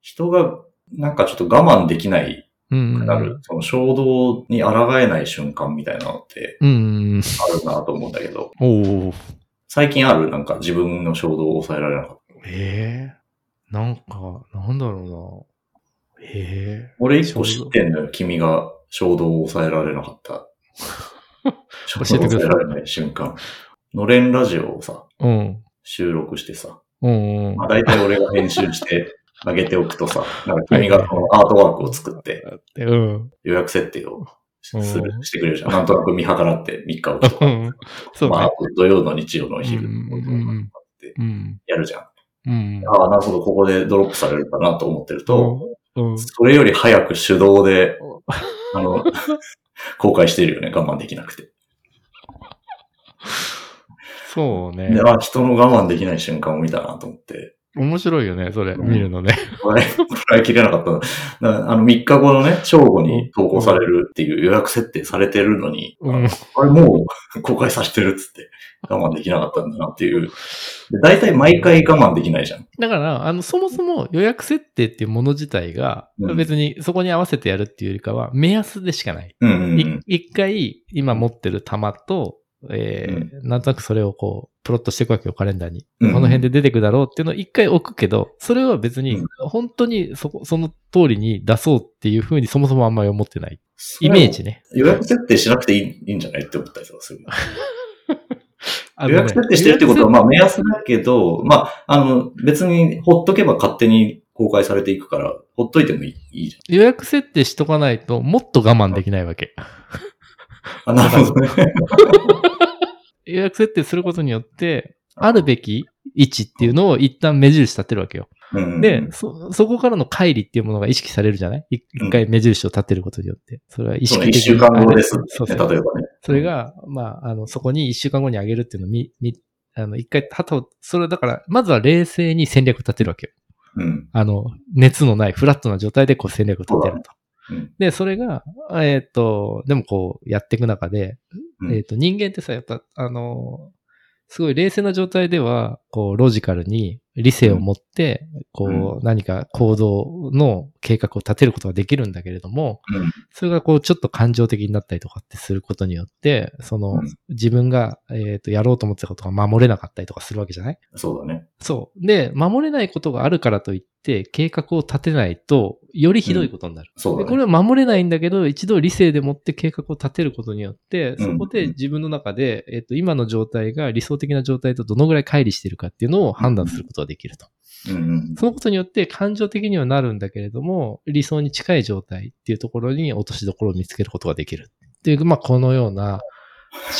人がなんかちょっと我慢できないうんくなる、。その衝動に抗えない瞬間みたいなのってうん。あるなと思うんだけど、おお。最近あるなんか自分の衝動を抑えられなかった。ええなんか、なんだろうな。ええ俺一個知ってんのよ、君が衝動を抑えられなか った。衝動を抑えられない瞬間。のれんラジオをさ、うん。収録してさ、うんうんまあ、大体俺が編集して上げておくとさ、なんか君がそのアートワークを作ってうん。 予約設定をするうんしてくれるじゃん。なんとなく見計らって3日おきとうか。ん。そうまねあ、。土曜の日曜のお昼うんうんうんうん。やるじゃん。うん。ああ、なるほど、ここでドロップされるかなと思ってると、うん、うん。それより早く手動でう、あの、 公開してるよね、我慢できなくて。そうねで、。あ、人の我慢できない瞬間を見たなと思って、 面白いよね、それ、うん見るのね。これ、こらえきれなかったなだからあの、3日後のね、正午に投稿されるっていう予約設定されてるのに、あうん。あれもう公開させてるっつって、我慢できなかったんだなっていう。で大体毎回我慢できないじゃん。だから、あの、そもそも予約設定っていうもの自体が、うん別にそこに合わせてやるっていうよりかは、目安でしかない。うんうんういん。一、回、今持ってる玉と、えーなんとなくそれをこう、プロットしていくわけよ、カレンダーに。うんこの辺で出てくだろうっていうのを一回置くけど、それは別にうん、本当にそこ、その通りに出そうっていうふうにそもそもあんまり思ってない。イメージね。予約設定しなくていいいいんじゃないって思ったりとかする。あのね予約設定してるってことは、まあ目安だけど、まあ、あの、別にほっとけば勝手に公開されていくから、ほっといてもいいいいじ予約設定しとかないと、もっと我慢できないわけ。ゃん。あ、なるほど ね。予約設定することによって、あるべき位置っていうのを一旦目印立てるわけうんよ。うんで、そ、そこからの乖離っていうものが意識されるじゃないい一回目印を立てることによって。それは意その識的に。一週間後ですね、そう例そえうばね。それが、まあ、あの、そこに一週間後にあげるっていうのをみ、み、あの、一回旗を、それはだから、まずは冷静に戦略を立てるわけよ。うん。あの、熱のないフラットな状態でこう戦略を立てると。そうだねうんで、それが、えーっ、と、でもこうやっていく中で、うんえーっ、と、人間ってさ、やっぱ、あの、すごい冷静な状態では、こう、ロジカルに理性を持って、こう、何か行動の計画を立てることができるんだけれども、うんそれがこう、ちょっと感情的になったりとかってすることによって、その、うん自分が、えーっ、と、やろうと思ってたことが守れなかったりとかするわけじゃないそうだね。そう。で、守れないことがあるからといって、計画を立てないと、よりひどいことになる。そうだでね。これは守れないんだけど、一度理性でもって計画を立てることによって、そこうでん自分の中で、えっと、今の状態が理想的な状態とどのぐらい乖離してるかっていうのを判断することができると。うんうんそのことによって、感情的にはなるんだけれども、理想に近い状態っていうところに落としどころを見つけることができる。っていう、まあ、このような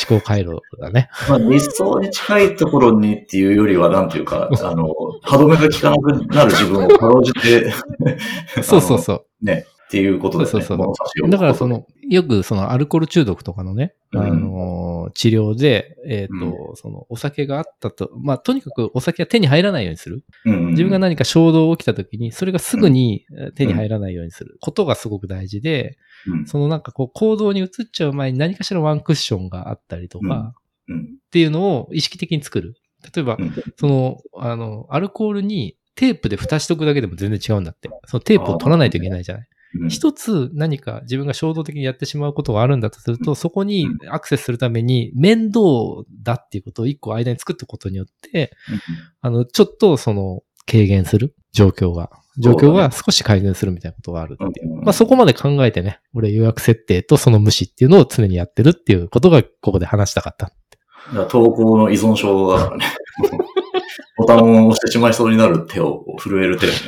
思考回路だね。、まあ、理想に近いところにっていうよりは、なんていうか、あの、歯止めが効かなくなる自分をかろうじて そうそうそう。う。ね、っていうことですそうね。そうそう物差しをだからそ、の、よくそのアルコール中毒とかのね、うんあのー、治療で、えっ、と、そのお酒があったと、まあ、とにかくお酒は手に入らないようにする。うんうん自分が何か衝動起きた時に、それがすぐにえー手に入らないようにすることがすごく大事で、うんそのなんかこう行動に移っちゃう前に何かしらワンクッションがあったりとうんか、うんっていうのを意識的に作る。例えばう、んその、あの、アルコールにテープで蓋しとくだけでも全然違うんだって。そのテープを取らないといけないじゃなうい。ん一つ何か自分が衝動的にやってしまうことがあるんだとすると、そこにアクセスするために面倒だっていうことを一個間に作っておくことによって、あの、ちょっとその軽減する状況が、状況が少し改善するみたいなことがあるっていう。うんまあそこまで考えてね、俺予約設定とその無視っていうのを常にやってるっていうことがここで話したかった。だから投稿の依存症だからね。 ボタンを押してしまいそうになる手をこう震える手だね。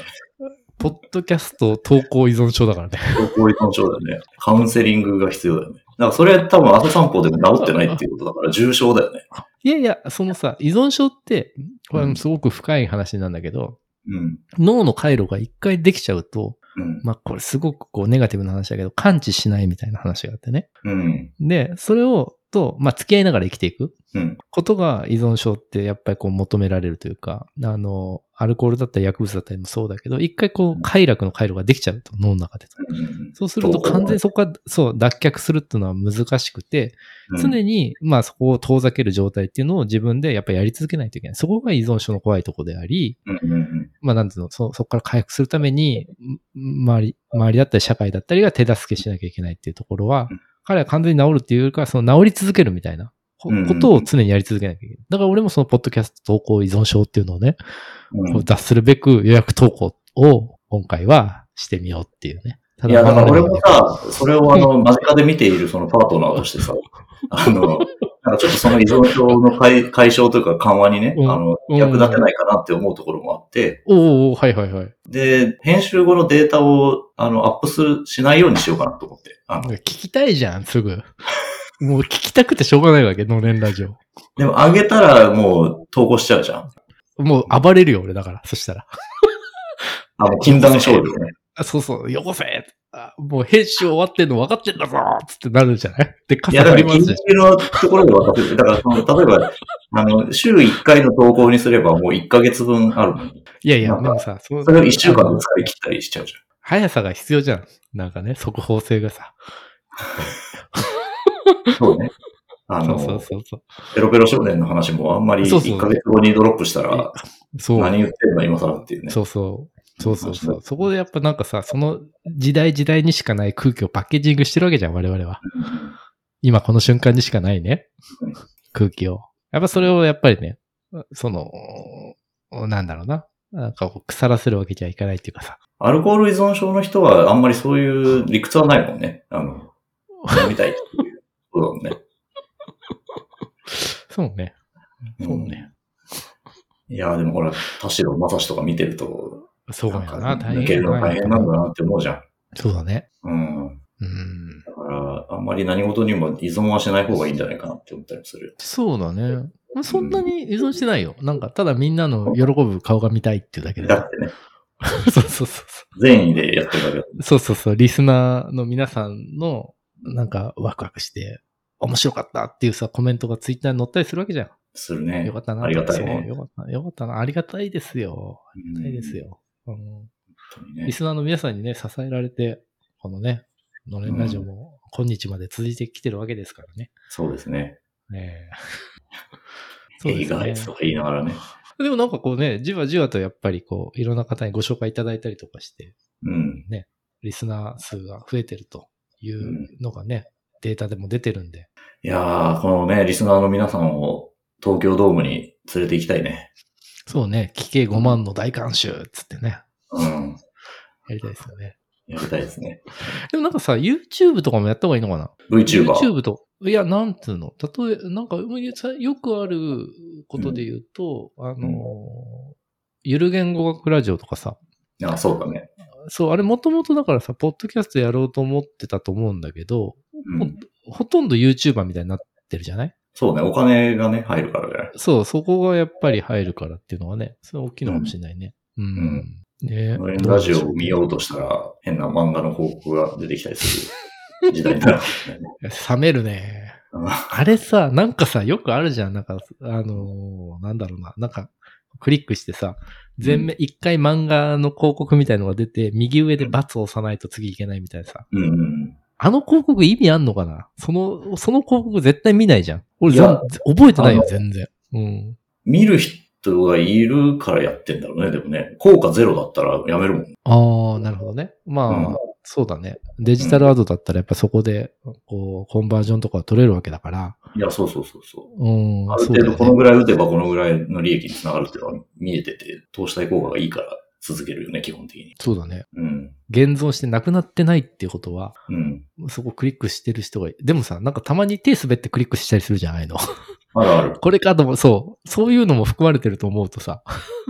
ポッドキャスト投稿依存症だからね。投稿依存症だよね。カウンセリングが必要だよね。だからそれ多分朝散歩でも治ってないっていうことだから重症だよね。いやいや、その さ、依存症って、これはすごく深い話なんだけど、うん。脳の回路が一回できちゃうと、うん。まあこれすごくこうネガティブな話だけど、感知しないみたいな話があってね。うん。で、それを、と、まあ付き合いながら生きていく。うん。ことが依存症ってやっぱりこう求められるというか、あの、アルコールだったり薬物だったりもそうだけど、一回こう快楽の回路ができちゃうと、脳の中でと。うんうんそうすると完全にそこから、そう、脱却するっていうのは難しくて、うん常に、まあそこを遠ざける状態っていうのを自分でやっぱりやり続けないといけない。そこが依存症の怖いとこであり、うんうんうんまあなんていうの、そ、そこから回復するために、ん周り、周りだったり社会だったりが手助けしなきゃいけないっていうところはうん、彼は完全に治るっていうよりかは、その治り続けるみたいなこうんうんことを常にやり続けなきゃいけない。だから俺もそのポッドキャスト投稿依存症っていうのをね、うんこう脱するべく予約投稿を今回はしてみようっていうね。たいや、だから俺もねさ、それをあの、間近で見ているそのパートナーとしてさ、 あの、なんかちょっとその依存症の解解消というか緩和にね、うんあの、うん役立てないかなって思うところもあって、おうおうはいはいはい。で、編集後のデータを、あの、アップする、しないようにしようかなと思って。あの、聞きたいじゃん、すぐ。もう聞きたくてしょうがないわけ、のれんラジオ。でも上げたらもう投稿しちゃうじゃん。もう暴れるよ、俺だから。そしたら。あの、禁断症状ね。あそうそう、よこせあもう編集終わってんの分かってんだぞつってなるじゃないで、い傘や、だから振り回禁すじじのところで分かってる。だからその、例えば、あの、週1回の投稿にすればもう1ヶ月分あるのに、ゃん。いやいや、なんでかもさ、そのそれを1週間で使い切ったりしちゃうじゃん。速さが必要じゃん。なんかね、速報性がさ。そうね。あそのう、そうそうそペロペロ少年の話もあんまりそうそう1ヶ月後にドロップしたら、う。そう。何言ってんの今更っていうね。そうそう。そうそうそう。そこでやっぱなんかさ、その時代時代にしかない空気をパッケージングしてるわけじゃん、我々は。今この瞬間にしかないねうん。空気を。やっぱそれをやっぱりね、その、なんだろうな。なんかこう腐らせるわけじゃいかないっていうかさ。アルコール依存症の人はあんまりそういう理屈はないもんね。あの、 飲みたいっていうことだもんね。そうね。そうね。いやーでもほら、田代正史とか見てると、そうやなな、んか大抜け変るのや大変なんだなって思うじゃん。そうだね。うん。うん。だから、あんまり何事にも依存はしない方がいいんじゃないかなって思ったりもする。そうだね。そんなに依存してないよ。なんか、ただみんなの喜ぶ顔が見たいっていうだけで。だってね、 そうそうそうそ善意でやってるだけだう。そうそうそう。リスナーの皆さんの、なんか、ワクワクして、面白かったっていうさ、コメントがツイッターに載ったりするわけじゃするん。ねよか。ったな。ありがたいそうね。よかった。よかったな。ありがたいですよ。ありがたいですよ。うん本当にリね。スナーの皆さんにね、支えられて、このね、のれんラジオも今日まで続いてきてるわけですからね。そうですね。 ねえ。映画ですとか言いながらね。でもなんかこうね、じわじわとやっぱりこう、いろんな方にご紹介いただいたりとかして、うん。リスナー数が増えてるといううのがね、データでも出てるんで。いやー、このね、リスナーの皆さんを東京ドームに連れて行きたいね。そうね、奇形5万の大観衆っつってね、うん。やりたいですよね。やりたいですね。でもなんかさ、YouTube とかもやった方がいいのかな VTuber。 YouTube と、いや、なんつうの、例え、なんか、よくあることで言うと、あのー、ゆる言語学ラジオとかさ、あ、そうだね。そう、あれもともとだからさ、ポッドキャストやろうと思ってたと思うんだけど、うん。ほとんど YouTuber みたいになってるじゃないそうね、お金がね、入るからじゃない。そう、そこがやっぱり入るからっていうのはね、それ大きいのかもしれないね。うん。ね俺のラジオを見ようとしたら、変な漫画の報告が出てきたりする時代になる。冷めるね。うん あれさ、なんかさ、よくあるじゃん。なんか、あのーなんだろうな。なんか、クリックしてさ、全面、一回漫画の広告みたいのが出て、右上で×を押さないと次いけないみたいなさ。うんうん。あの広告意味あんのかなその、その広告絶対見ないじゃん。俺い全、や覚えてないよ、全然。うん。見る人がいるからやってんだろうね、でもね。効果ゼロだったらやめるもん。ああ、なるほどね。まあ、うんそうだね。デジタルアドだったらやっぱそこで、こう、コンバージョンとか取れるわけだから。いや、そうそうそうそう。うん、あるそう程だ度よねこのぐらい打てばこのぐらいの利益につながるっていうのが見えてて、投資対効果がいいから続けるよね、基本的に。そうだね。うん。現存してなくなってないっていうことは、うん。そこクリックしてる人がいでもさ、なんかたまに手滑ってクリックしたりするじゃないの。 あるある。これかとも、そう。そういうのも含まれてると思うとさ。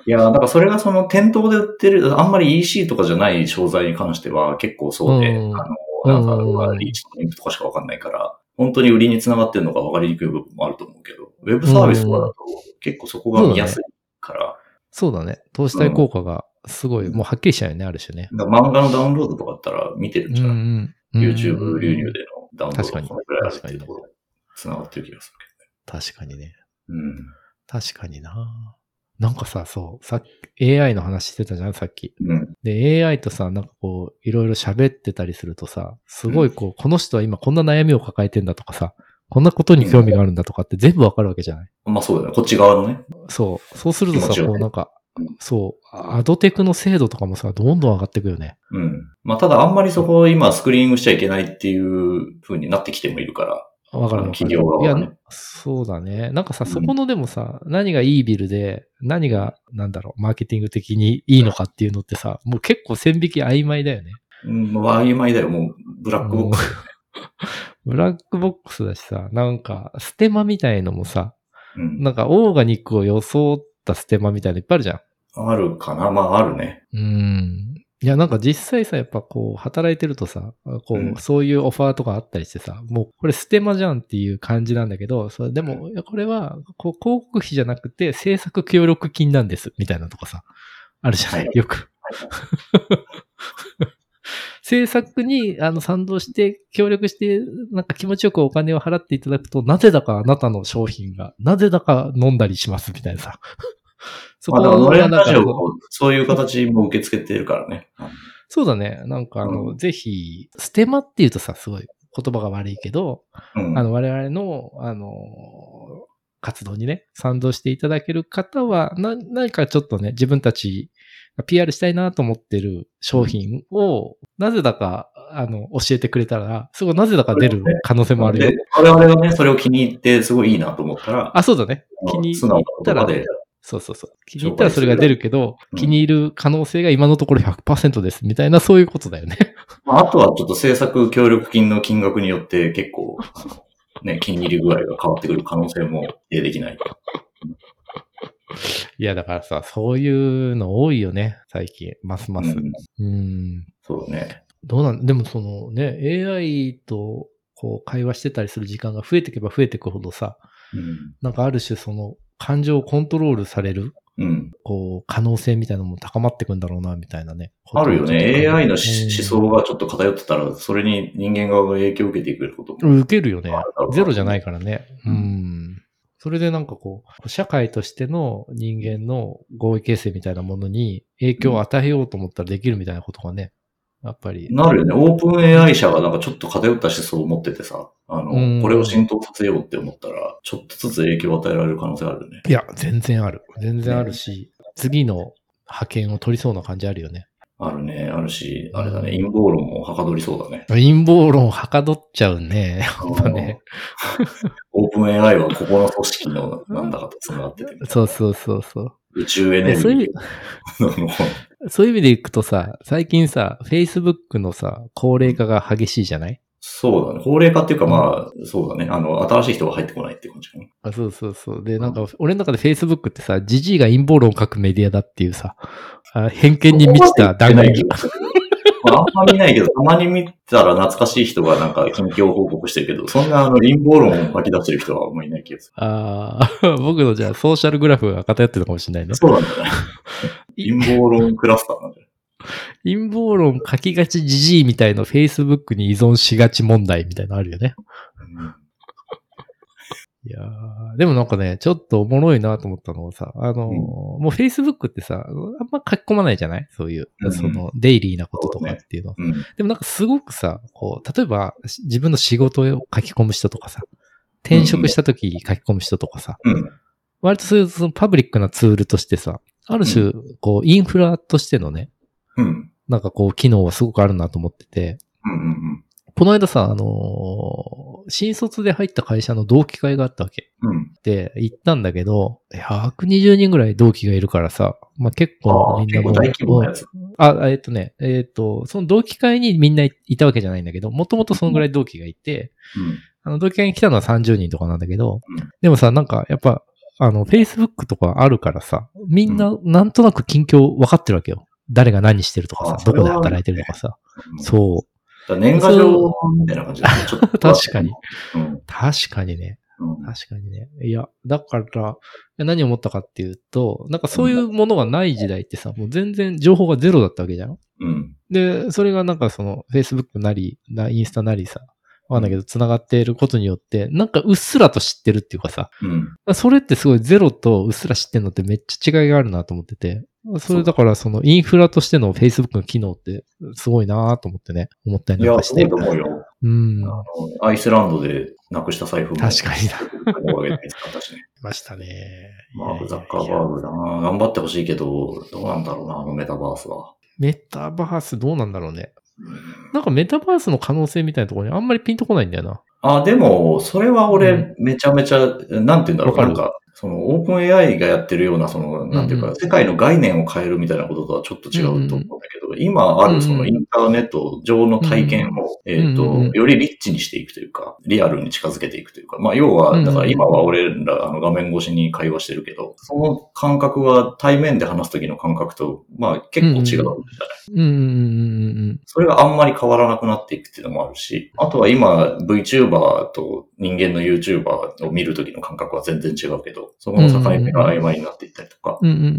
いや、なんかそれがその店頭で売ってる、あんまり EC とかじゃない商材に関しては結構そうで、うんあの、なんかうんまあリーチとかインプとかしかわかんないから、本当に売りに繋がってるのか分かりにくい部分もあると思うけど、ウェブサービスとかだと結構そこが見やすいから、そうだね。投資対効果がすごい、もうはっきりしちゃうよね、ある種ね。だから漫画のダウンロードとかだったら見てるじゃん。ん YouTube 流入でのダウンロード確かがにそのくらいあるっていうところ、繋がってる気がする確かにね。うん。確かにな。なんかさ、そう、さっき、AI の話してたじゃん、さっき。うん。で、AI とさ、なんかこう、いろいろ喋ってたりするとさ、すごいこう、この人は今こんな悩みを抱えてんだとかさ、こんなことに興味があるんだとかって全部わかるわけじゃないまあそうだね。こっち側のね。そう。そうするともさ、ちろんこうなんか、そう、アドテクの精度とかもさ、どんどん上がってくよね。うん。まあただあんまりそこを今スクリーニングしちゃいけないっていう風になってきてもいるから。わかるわかる。企業側はねいや、そうだね。なんかさ、うんそこのでもさ、何がいいビルで、何が、なんだろう、マーケティング的にいいのかっていうのってさ、もう結構線引き曖昧だよね。うん、まあ曖昧だよ。もうブラックボックス。うんブラックボックスだしさ、なんか、ステマみたいのもさ、うん。なんかオーガニックを装ったステマみたいのいっぱいあるじゃん。あるかなまああるね。うん。いや、なんか実際さ、やっぱこう、働いてるとさ、こう、うんそういうオファーとかあったりしてさ、もうこれステマじゃんっていう感じなんだけど、それでも、いやこれは、こう、広告費じゃなくて制作協力金なんです、みたいなとかさ、あるじゃない、はいよく。 制作にあの賛同して、協力して、なんか気持ちよくお金を払っていただくと、なぜだかあなたの商品が、なぜだか飲んだりします、みたいなさ。そまあだから、ノレンなんラかジオもそういう形も受け付けてるからね。そうだね。なんかあうの、んぜひ、ステマっていうとさ、すごい言葉が悪いけど、うん。あの、我々の、あの、活動にね、賛同していただける方は、な、何かちょっとね、自分たちが PR したいなと思ってる商品を、なぜだか、あの、教えてくれたら、すごいなぜだか出る可能性もあるよで。、我々がね、それを気に入って、すごいいいなと思ったら、あ、そうだね。気に素直入な言葉、ったらで、そうそうそう。気に入ったらそれが出るけど、うん気に入る可能性が今のところ100%です。みたいな、そういうことだよね。まあ、あとはちょっと制作協力金の金額によって結構、あのね、気に入り具合が変わってくる可能性も否定できない。いや、だからさ、そういうの多いよね、最近。ますう、ます。うんん。そうだね。どうなんでもそのね、AI とこう会話してたりする時間が増えていけば増えていくほどさ、うん。なんかある種その感情をコントロールされる、うん。こう、可能性みたいなのも高まってくんだろうな、みたいなね。あるよね。AI のし想。思想がちょっと偏ってたら、それに人間側が影響を受けていくことも。受けるよねあるだろう。なゼロじゃないからね。ううんん。それでなんかこう、社会としての人間の合意形成みたいなものに影響を与えようと思ったらできるみたいなことがね、やっぱり。なるよね。オープン AI 社がなんかちょっと偏った思想を持っててさ、あの、うんこれを浸透させようって思ったら、ちょっとずつ影響を与えられる可能性あるね。いや、全然ある。全然あるし、次の派遣を取りそうな感じあるよね。あるね。あるし、あれだね。うん陰謀論もはかどりそうだ ね。陰謀論はかどっちゃうね。 やっぱね。オープン AI はここの組織のなんだかと繋がってて、そうそうそうそ宇宙エう。ネでそうルいギう、ーの、そういう意味でいくとさ、最近さ、Facebook のさ、高齢化が激しいじゃない そうだね。高齢化っていうかまあ、そうだね。あの、新しい人が入ってこないって感じかな。あそうそうそう。で、なんか、俺の中で Facebook ってさ、じじいが陰謀論を書くメディアだっていうさ、あ偏見に満ちた出断な言い。けど。まあ、あんま見ないけど、たまに見たら懐かしい人がなんか近況報告してるけど、そんなあの陰謀論を書き出してる人はあんまりいない気がすああ、僕のじゃあソー シャルグラフが偏ってるのかもしれないねる。。そう なんだね。陰謀論クラスターなんだよ。陰謀論書きがちじじいみたいな Facebook に依存しがち問題みたいなのあるよね。うんいやーでもなんかね、ちょっとおもろいなと思ったのはさ、あのーうんもう Facebook ってさ、あんま書き込まないじゃないそういう、うんその、デイリーなこととかっていうの。うん。でもなんかすごくさ、こう、例えばし自分の仕事を書き込む人とかさ、転職した時に書き込む人とかさ、うん。割とそういうそのパブリックなツールとしてさ、ある種、こう、インフラとしてのね、うん。なんかこう、機能はすごくあるなと思ってて、うん。うん。この間さ、あのー新卒で入った会社の同期会があったわけ。うん。うん。で、行ったんだけど、120人ぐらい同期がいるからさ、まあ、結あ構あ、みんな結構もう大規模なやつ。あ、えっとね、えっ、と、その同期会にみんないいたわけじゃないんだけど、もともとそのぐらい同期がいて、うん。あの、同期会に来たのは30人とかなんだけどうん、でもさ、なんか、やっぱ、あの、Facebook とかあるからさ、みんな、なんとなく近況分かってるわけよ。誰が何してるとかさあ、どそれこはで働いてるとかさ。うんそう。だから年賀状みたいな感じだね。ちょっと確かに。うん。確かにね。うん。確かにね。いや、だから、何を思ったかっていうと、なんかそういうものがない時代ってさ、もう全然情報がゼロだったわけじゃんうん。で、それがなんかその、Facebook なり、なインスタなりさ、わかんないけど、繋がっていることによって、なんかうっすらと知ってるっていうかさ、うん。それってすごいゼロとうっすら知ってんのってめっちゃ違いがあるなと思ってて、それだからそのインフラとしての Facebook の機能ってすごいなと思ってね、思ったいりなんや、かしそうだてと。思うよ。うん。あのアイスランドでなくした財布も。確かにだ。おかげで見つかったしね。ましたね。マーク・ザッカいーやいバやいやーグだな。頑張ってほしいけど、どうなんだろうな、あのメタバースは。メタバースどうなんだろうね。なんかメタバースの可能性みたいなところにあんまりピンとこないんだよな。あ、でも、それはう俺、めちゃめちゃ、なんて言うんだろう、わかなるんか、その、オープン AI がやってるような、その、なんていううんかう、ん世界の概念を変えるみたいなこととはちょっと違うと思うんだけど、今あうんうる、んその、インターネット上の体験を、えっうんうんうとん、よりリッチにしていくというか、リアルに近づけていくというか、まあ、要は、だから今は俺ら、あの、画面越しに会話してるけど、その感覚は対面で話す時の感覚と、まあ、結構違うんじゃないうんうんうんうんうん。それがあんまり変わらなくなっていくっていうのもあるし、あとは今 VTuber と人間の YouTuber を見るときの感覚は全然違うけど、そこの境目が曖昧になっていったりとか、うんうんうんうんう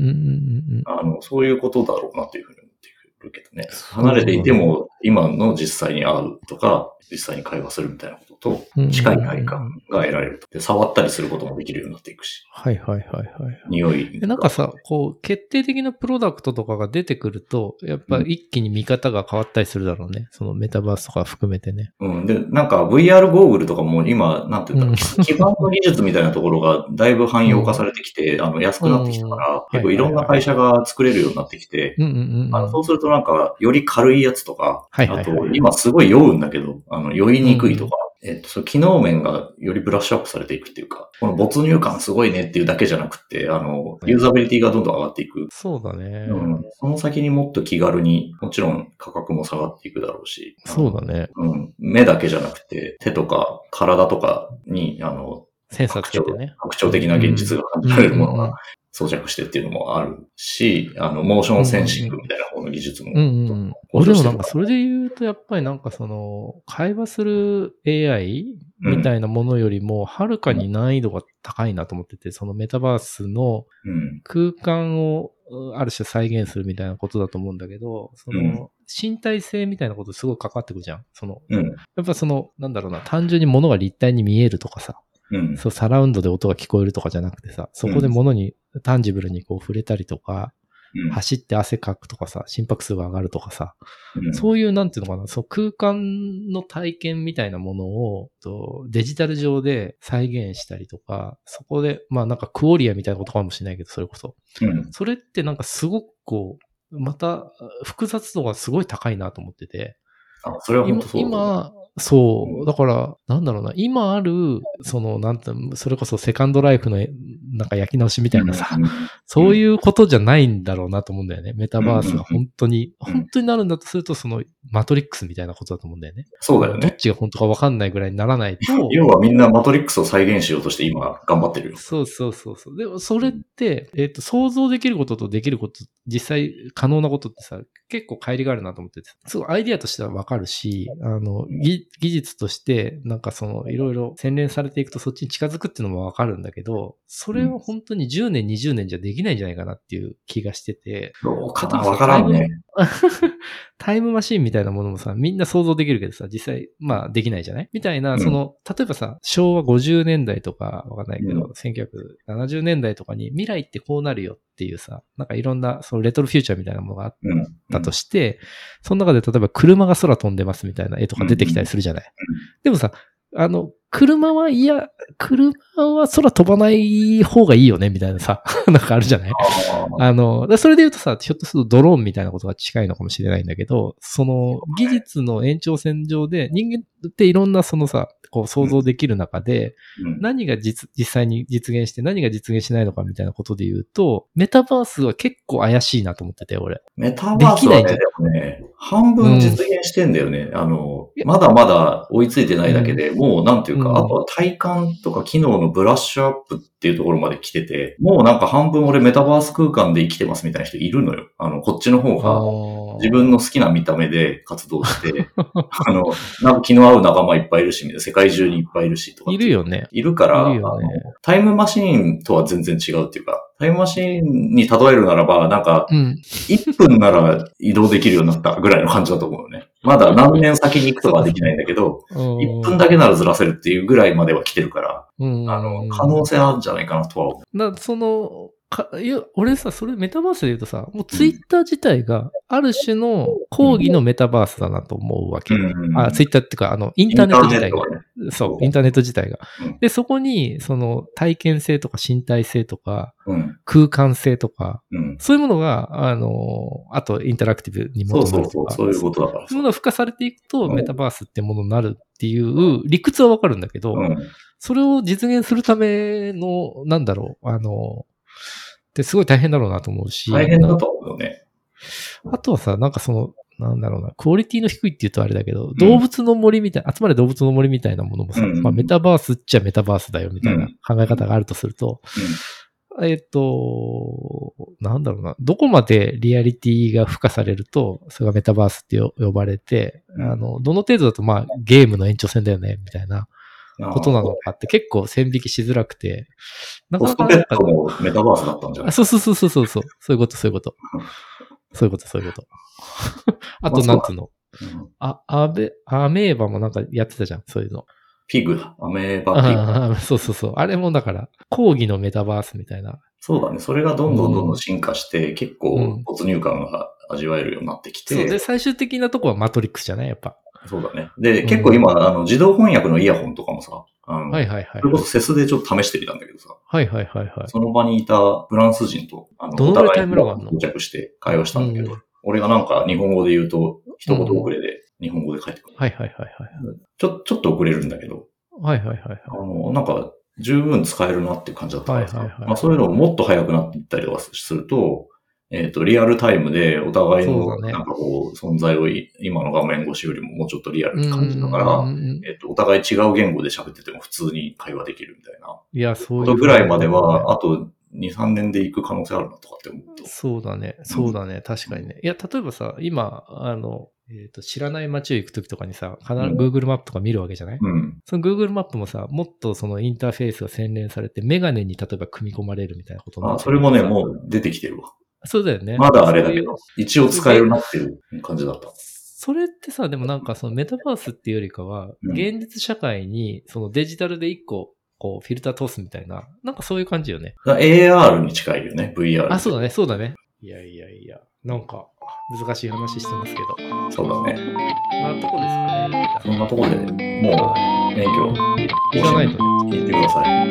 ん。あの、そういうことだろうなというふうに思ってくるけどね。そう離れていても今の実際に会うとか、実際に会話するみたいなことと、近い体感が得られると。で、触ったりすることもできるようになっていくし、はいはいはいはい。匂いでが。なんかさ、こう、決定的なプロダクトとかが出てくると、やっぱ一気に見方が変わったりするだろうね。そのメタバースとか含めてね。うん。で、なんか VR ゴーグルとかも今、なんて言ったら、う ん基盤の技術みたいなところがだいぶ汎用化されてき て、あの、安くなってきたから、うん結構いろんな会社が作れるようになってきて、うんうんうん。あのそうするとなんか、より軽いやつとか、はいはいはいあと、今すごい酔うんだけど、あの、酔いにくいとか、えっと、その機能面がよりブラッシュアップされていくっていうか、この没入感すごいねっていうだけじゃなくて、あの、ユーザビリティがどんどん上がっていく。そうだね。うん、その先にもっと気軽に、もちろん価格も下がっていくだろうし、そうだね。うん。目だけじゃなくて、手とか体とかに、あの、センサーつけてね。拡張的な現実が感じられるものが装着してっていうのもあるし、あの、モーションセンシングみたいな方の技術も。うんうんうん。向上俺でもしてるなんかそれで言うと、やっぱりなんかその、会話する AI うんみたいなものよりも、はるかに難易度が高いなと思ってて、そのメタバースのうん。空間をうんある種再現するみたいなことだと思うんだけど、その、身体性みたいなことすごいかかってくるじゃん。その、うん。やっぱその、なんだろうな、単純に物が立体に見えるとかさ、うん。そう、サラウンドで音が聞こえるとかじゃなくてさ、そこで物に、タンジブルにこう触れたりとか、うん走って汗かくとかさ、心拍数が上がるとかさ、うんそういう、なんていうのかな、そう空間の体験みたいなものをとデジタル上で再現したりとか、そこで、まあなんかクオリアみたいなことかもしれないけど、それこそ。うん。それってなんかすごくこう、また複雑度がすごい高いなと思ってて、あ、それは本今当、そうだね。今そうう、んだから、なんだろうな、今ある、その、なんて、それこそセカンドライフの、なんか焼き直しみたいなさ、うん。そういうことじゃないんだろうなと思うんだよね。メタバースが本当に、うんうん本当になるんだとすると、そのマトリックスみたいなことだと思うんだよね。そうだよどっね。ちが本当か分かんないぐらいにならないと。要はみんなマトリックスを再現しようとして今頑張ってるよ。そうそうそうそう。でもそれって、えっ、と、想像できることとできること、実際可能なことってさ、結構乖離があるなと思ってて、すごいアイディアとしてはわかるし、あの、技技術として、なんかその、いろいろ洗練されていくとそっちに近づくっていうのもわかるんだけど、それは本当に10年、20年じゃできないんじゃないかなっていう気がしてて、どうかなわからんね。タイムマシンみたいなものもさ、みんな想像できるけどさ、実際、まあできないじゃないみたいな、んその、例えばさ、昭和50年代とか、わかんないけど、うん1970年代とかに未来ってこうなるよっていうさ、なんかいろんな、そのレトロフューチャーみたいなものがあっうん。たとして、その中で例えば車が空飛んでますみたいな絵とか出てきたりするじゃない、うんでもさ、あの、車は、いや、車は空飛ばない方がいいよね、みたいなさ、 なんかあるじゃないあーあの、だからそれで言うとさ、ひょっとするとドローンみたいなことが近いのかもしれないんだけど、その技術の延長線上で人間っていろんなそのさ、こう想像できる中で、うん何が実、実際に実現して何が実現しないのかみたいなことで言うと、メタバースは結構怪しいなと思ってて、俺。メタバースはね、できないじゃでんもね、半分実現してんだよね。あの、まだまだ追いついてないだけで、もうなんていうか、うんあとは体感とか機能のブラッシュアップっていうところまで来てて、もうなんか半分俺メタバース空間で生きてますみたいな人いるのよ。あの、こっちの方が。自分の好きな見た目で活動して、 あの、なんか気の合う仲間いっぱいいるし、世界中にいっぱいいるしとか。いるよね。いるから、いるよねあのタイムマシーンとは全然違うっていうか、タイムマシーンに例えるならば、なんか、うん。 1分なら移動できるようになったぐらいの感じだと思うよね。まだ何年先に行くとかはできないんだけど、1 1分だけならずらせるっていうぐらいまでは来てるから、うんあの、可能性あるんじゃないかなとは思う。な、その、かいや、俺さ、それメタバースで言うとさ、もうツイッター自体が、ある種の講義のメタバースだなと思うわけ。うんあ、ツイッターっていうか、あの、インターネット自体が。インターネットはねそそうう、インターネット自体がうん。で、そこに、その、体験性とか身体性とか、うん。空間性とか、うん。そういうものが、あの、あとインタラクティブに基そうづそいうてそとう、か、そういうことだからそういうものが付加されていくと、うんメタバースってものになるっていう理屈はわかるんだけど、うん。それを実現するための、なんだろう、あの、ってすごい大変だろうなと思うし、大変だと思うよね。あとはさ、なんかその、なんだろうな、クオリティの低いって言うとあれだけど、動物の森みたい、集まれ動物の森みたいなものもさ、うんうんまあ、メタバースっちゃメタバースだよみたいなうん考え方があるとすると、えっと、なんだろうな、どこまでリアリティが付加されると、それがメタバースってよ呼ばれて、うんあの、どの程度だとまあゲームの延長線だよね、みたいなうん。ことなのかって結構線引きしづらくて、なコかストなかペなんッかトもメタバースだったんじゃなあいそうそうそうそうそうそう。そういうこと、そういうこと。そういうこと、そういうこと。 あと、なんつうの。うんあ、アベ、アメーバもなんかやってたじゃん、そういうの。ピグだ。アメーバピグ。ああそうそうそう。あれもだから、講義のメタバースみたいな。そうだね。それがどんどんどんどん進化して、結うん構没入感が味わえるようになってきそう。で、て。最終的なとこはマトリックスじゃないやっぱ。そうだね。で、うん結構今、あの、自動翻訳のイヤホンとかもさ、あの、はいはいはいそれ。こそセスでちょっと試してみたんだけどさ、はいはいはいはい。その場にいたフランス人と、あの、どのおぐらいタ互イいムラグあんの到着して会話したんだけうど、俺がなんか日本語で言うと、一言遅れで日本語で帰ってくる。はいはいはいはい。ちょ、ちょっと遅れるんだけど、はいはいはいはい。あの、なんか、十分使えるなっていう感じだったからはいはいさはいまあそういうのをもっと早くなっていったりとかすると、えっ、と、リアルタイムでお互いその、うだねなんかこう、存在をい今の画面越しよりももうちょっとリアルって感じだかうら、んうんうんえっ、と、お互い違う言語で喋ってても普通に会話できるみたいな。いや、そうこいうふうとに。ぐらいまでは、あと2、3年で行く可能性あるなとかって思うと。そうだね、そうだね、確かにね。いや、例えばさ、今、あの、えっ、と、知らない街を行くときとかにさ、必ずうん Google マップとか見るわけじゃない、うん。その Google マップもさ、もっとそのインターフェースが洗練されて、メガネに例えば組み込まれるみたいなことになあってそるれわもけね、さもう出てきてるわ。そうだよね。まだあれだけそういうど、一応使えるなっていう感じだった。それってさ、でもなんかそのメタバースっていうよりかは、うん現実社会にそのデジタルで一個、こう、フィルター通すみたいな、なんかそういう感じよね。だから AR に近いよね、VR。あ、そうだね、そうだね。いやいやいや、なんか、難しい話してますけど。そうだね。まあ、とこですかね。そんなところで、もう、免許、行かないとね。聞いてください。